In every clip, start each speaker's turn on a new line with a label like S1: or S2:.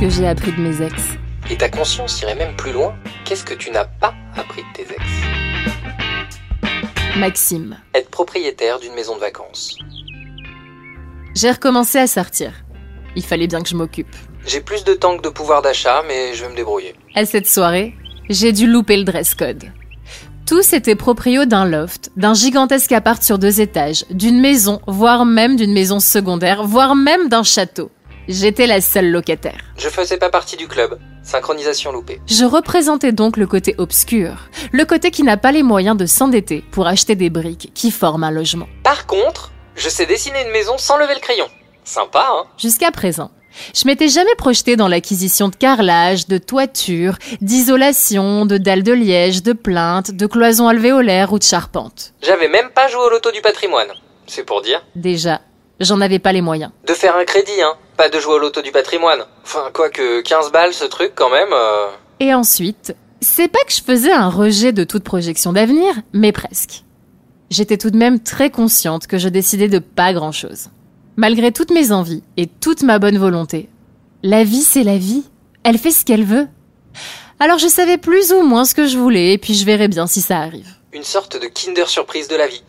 S1: que j'ai appris de mes ex.
S2: Et ta conscience irait même plus loin. Qu'est-ce que tu n'as pas appris de tes ex
S1: Maxime.
S2: Être propriétaire d'une maison de vacances.
S1: J'ai recommencé à sortir. Il fallait bien que je m'occupe.
S2: J'ai plus de temps que de pouvoir d'achat, mais je vais me débrouiller.
S1: À cette soirée, j'ai dû louper le dress code. Tous étaient proprios d'un loft, d'un gigantesque appart sur deux étages, d'une maison, voire même d'une maison secondaire, voire même d'un château. J'étais la seule locataire.
S2: Je faisais pas partie du club. Synchronisation loupée.
S1: Je représentais donc le côté obscur, le côté qui n'a pas les moyens de s'endetter pour acheter des briques qui forment un logement.
S2: Par contre, je sais dessiner une maison sans lever le crayon. Sympa, hein
S1: Jusqu'à présent, je m'étais jamais projetée dans l'acquisition de carrelage, de toiture, d'isolation, de dalles de liège, de plaintes, de cloisons alvéolaires ou de charpente.
S2: J'avais même pas joué au loto du patrimoine. C'est pour dire.
S1: Déjà, j'en avais pas les moyens.
S2: De faire un crédit, hein. Pas de jouer au loto du patrimoine. Enfin, quoique 15 balles ce truc quand même. euh.
S1: Et ensuite, c'est pas que je faisais un rejet de toute projection d'avenir, mais presque. J'étais tout de même très consciente que je décidais de pas grand chose. Malgré toutes mes envies et toute ma bonne volonté, la vie c'est la vie, elle fait ce qu'elle veut. Alors je savais plus ou moins ce que je voulais et puis je verrais bien si ça arrive.
S2: Une sorte de Kinder surprise de la vie.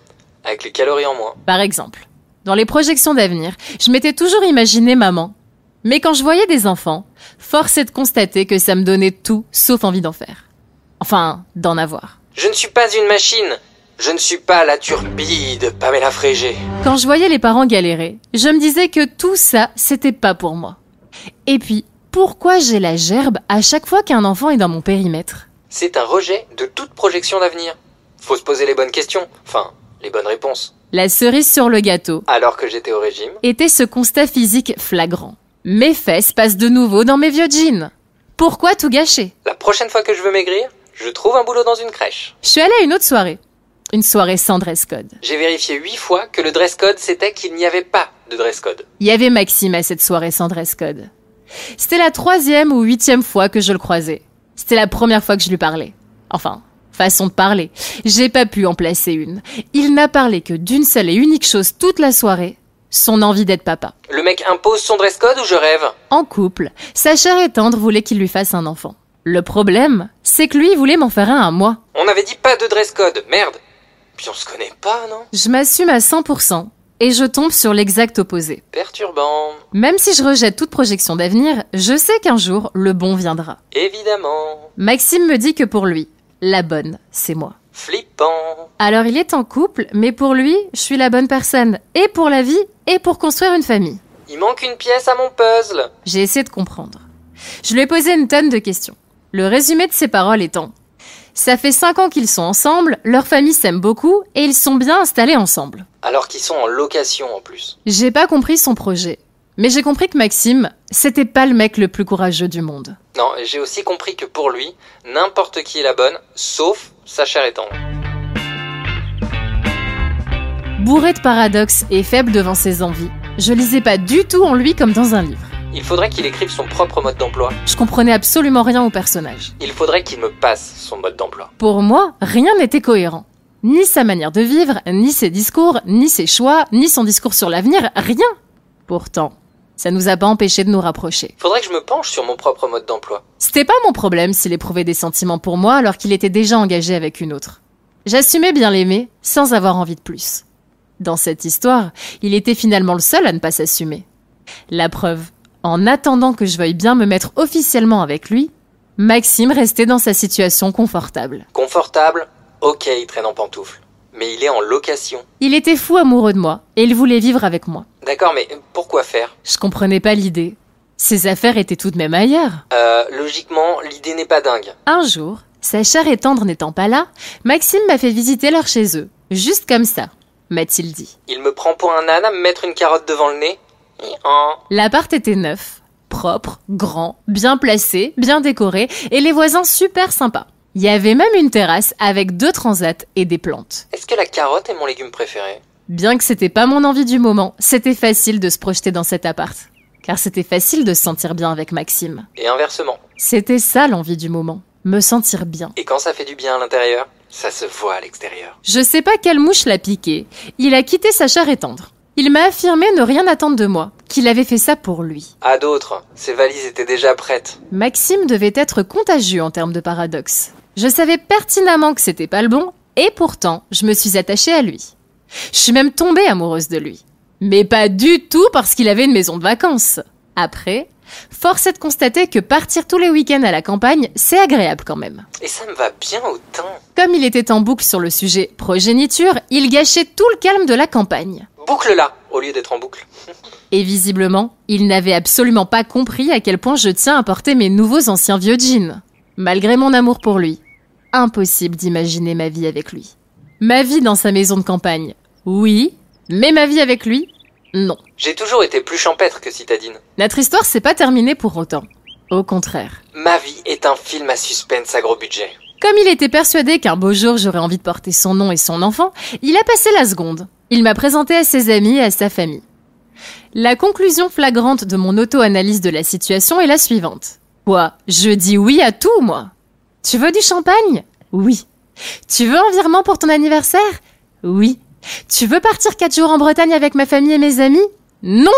S2: Avec les calories en moins.
S1: Par exemple, dans les projections d'avenir, je m'étais toujours imaginé maman. Mais quand je voyais des enfants, force est de constater que ça me donnait tout sauf envie d'en faire. Enfin, d'en avoir.
S2: Je ne suis pas une machine. Je ne suis pas la turbide Pamela Frégé.
S1: Quand je voyais les parents galérer, je me disais que tout ça, c'était pas pour moi. Et puis, pourquoi j'ai la gerbe à chaque fois qu'un enfant est dans mon périmètre
S2: C'est un rejet de toute projection d'avenir. Faut se poser les bonnes questions. Enfin, les bonnes réponses.
S1: La cerise sur le gâteau
S2: Alors que j'étais au régime,
S1: était ce constat physique flagrant. Mes fesses passent de nouveau dans mes vieux jeans. Pourquoi tout gâcher
S2: la prochaine fois que je veux maigrir, je trouve un boulot dans une crèche.
S1: Je suis allée à une autre soirée. Une soirée sans dress code.
S2: J'ai vérifié huit fois que le dress code c'était qu'il n'y avait pas de dress code.
S1: Il y avait Maxime à cette soirée sans dress code. C'était la troisième ou huitième fois que je le croisais. C'était la première fois que je lui parlais. Enfin, façon de parler. J'ai pas pu en placer une. Il n'a parlé que d'une seule et unique chose toute la soirée. Son envie d'être papa.
S2: Le mec impose son dress code ou je rêve
S1: En couple, sa chère et tendre voulait qu'il lui fasse un enfant. Le problème, c'est que lui voulait m'en faire un à moi.
S2: On avait dit pas de dress code, merde. Puis on se connaît pas, non
S1: Je m'assume à 100% et je tombe sur l'exact opposé.
S2: Perturbant,
S1: Même si je rejette toute projection d'avenir, je sais qu'un jour, le bon viendra.
S2: évidemment,
S1: Maxime me dit que pour lui, la bonne, c'est moi.
S2: flippant.
S1: Alors il est en couple, mais pour lui, je suis la bonne personne, et pour la vie, et pour construire une famille.
S2: Il manque une pièce à mon puzzle.
S1: J'ai essayé de comprendre. Je lui ai posé une tonne de questions. Le résumé de ses paroles étant Ça fait 5 ans qu'ils sont ensemble, leur famille s'aime beaucoup, et ils sont bien installés ensemble.
S2: Alors qu'ils sont en location en plus.
S1: J'ai pas compris son projet, mais j'ai compris que Maxime, c'était pas le mec le plus courageux du monde.
S2: Non, et j'ai aussi compris que pour lui, n'importe qui est la bonne, sauf sa chère et tendre.
S1: Bourré de paradoxes et faible devant ses envies, je lisais pas du tout en lui comme dans un livre.
S2: Il faudrait qu'il écrive son propre mode d'emploi.
S1: Je comprenais absolument rien au personnage.
S2: Il faudrait qu'il me passe son mode d'emploi.
S1: Pour moi, rien n'était cohérent. Ni sa manière de vivre, ni ses discours, ni ses choix, ni son discours sur l'avenir, rien. Pourtant, ça nous a pas empêchés de nous rapprocher.
S2: Faudrait que je me penche sur mon propre mode d'emploi.
S1: C'était pas mon problème s'il éprouvait des sentiments pour moi alors qu'il était déjà engagé avec une autre. J'assumais bien l'aimer sans avoir envie de plus. Dans cette histoire, il était finalement le seul à ne pas s'assumer. La preuve, en attendant que je veuille bien me mettre officiellement avec lui, Maxime restait dans sa situation confortable.
S2: Confortable, ok, il traîne en pantoufles. Mais il est en location.
S1: Il était fou amoureux de moi et il voulait vivre avec moi.
S2: D'accord, mais pourquoi faire
S1: Je comprenais pas l'idée. Ses affaires étaient tout de même ailleurs.
S2: Euh, logiquement, l'idée n'est pas dingue.
S1: Un jour, sa chère et tendre n'étant pas là, Maxime m'a fait visiter leur chez eux. Juste comme ça, m'a-t-il dit.
S2: Il me prend pour un âne à me mettre une carotte devant le nez. Hi-han.
S1: L'appart était neuf, propre, grand, bien placé, bien décoré et les voisins super sympas. Il y avait même une terrasse avec deux transats et des plantes.
S2: Est-ce que la carotte est mon légume préféré
S1: Bien que c'était pas mon envie du moment, c'était facile de se projeter dans cet appart. Car c'était facile de se sentir bien avec Maxime.
S2: Et inversement.
S1: C'était ça l'envie du moment, me sentir bien.
S2: Et quand ça fait du bien à l'intérieur, ça se voit à l'extérieur.
S1: Je sais pas quelle mouche l'a piqué, il a quitté sa chère et tendre. Il m'a affirmé ne rien attendre de moi, qu'il avait fait ça pour lui.
S2: À d'autres, ses valises étaient déjà prêtes.
S1: Maxime devait être contagieux en termes de paradoxe. Je savais pertinemment que c'était pas le bon, et pourtant, je me suis attachée à lui. Je suis même tombée amoureuse de lui. Mais pas du tout parce qu'il avait une maison de vacances. Après, force est de constater que partir tous les week-ends à la campagne, c'est agréable quand même.
S2: Et ça me va bien au teint.
S1: Comme il était en boucle sur le sujet progéniture, il gâchait tout le calme de la campagne.
S2: Boucle là, au lieu d'être en boucle.
S1: Et visiblement, il n'avait absolument pas compris à quel point je tiens à porter mes nouveaux anciens vieux jeans. Malgré mon amour pour lui, impossible d'imaginer ma vie avec lui. Ma vie dans sa maison de campagne, oui, mais ma vie avec lui, non.
S2: J'ai toujours été plus champêtre que citadine.
S1: Notre histoire s'est pas terminée pour autant. Au contraire.
S2: Ma vie est un film à suspense à gros budget.
S1: Comme il était persuadé qu'un beau jour j'aurais envie de porter son nom et son enfant, il a passé la seconde. Il m'a présenté à ses amis et à sa famille. La conclusion flagrante de mon auto-analyse de la situation est la suivante. Quoi Je dis oui à tout, moi. Tu veux du champagne Oui. Tu veux un virement pour ton anniversaire Oui. Tu veux partir quatre jours en Bretagne avec ma famille et mes amis Non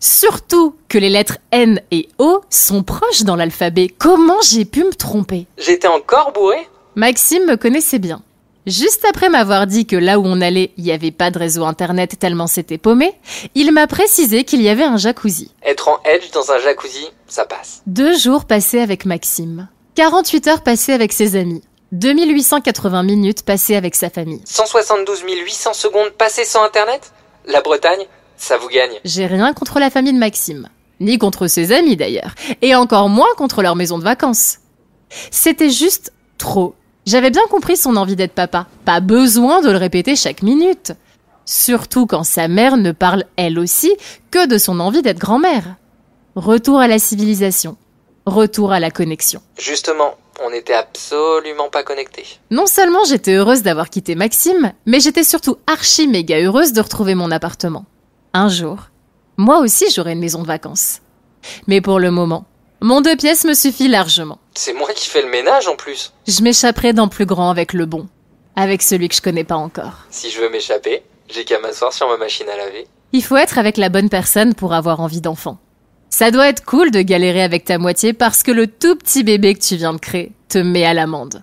S1: Surtout que les lettres N et O sont proches dans l'alphabet. Comment j'ai pu me tromper
S2: J'étais encore bourré
S1: Maxime me connaissait bien. Juste après m'avoir dit que là où on allait, il n'y avait pas de réseau internet tellement c'était paumé, il m'a précisé qu'il y avait un jacuzzi.
S2: Être en edge dans un jacuzzi, ça passe.
S1: Deux jours passés avec Maxime. 48 heures passées avec ses amis. 2880 minutes passées avec sa famille.
S2: 172 800 secondes passées sans Internet La Bretagne, ça vous gagne.
S1: J'ai rien contre la famille de Maxime, ni contre ses amis d'ailleurs, et encore moins contre leur maison de vacances. C'était juste trop. J'avais bien compris son envie d'être papa, pas besoin de le répéter chaque minute. Surtout quand sa mère ne parle elle aussi que de son envie d'être grand-mère. Retour à la civilisation, retour à la connexion.
S2: Justement, on n'était absolument pas connectés.
S1: Non seulement j'étais heureuse d'avoir quitté Maxime, mais j'étais surtout archi méga heureuse de retrouver mon appartement. Un jour, moi aussi j'aurai une maison de vacances. Mais pour le moment, mon deux pièces me suffit largement.
S2: C'est moi qui fais le ménage en plus.
S1: Je m'échapperai dans plus grand avec le bon, avec celui que je connais pas encore.
S2: Si je veux m'échapper, j'ai qu'à m'asseoir sur ma machine à laver.
S1: Il faut être avec la bonne personne pour avoir envie d'enfant. Ça doit être cool de galérer avec ta moitié parce que le tout petit bébé que tu viens de créer te met à l'amende.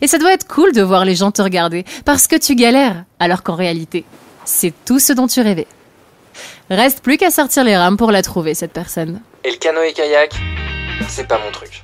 S1: Et ça doit être cool de voir les gens te regarder parce que tu galères, alors qu'en réalité, c'est tout ce dont tu rêvais. Reste plus qu'à sortir les rames pour la trouver, cette personne.
S2: Et le canoë-kayak, c'est pas mon truc.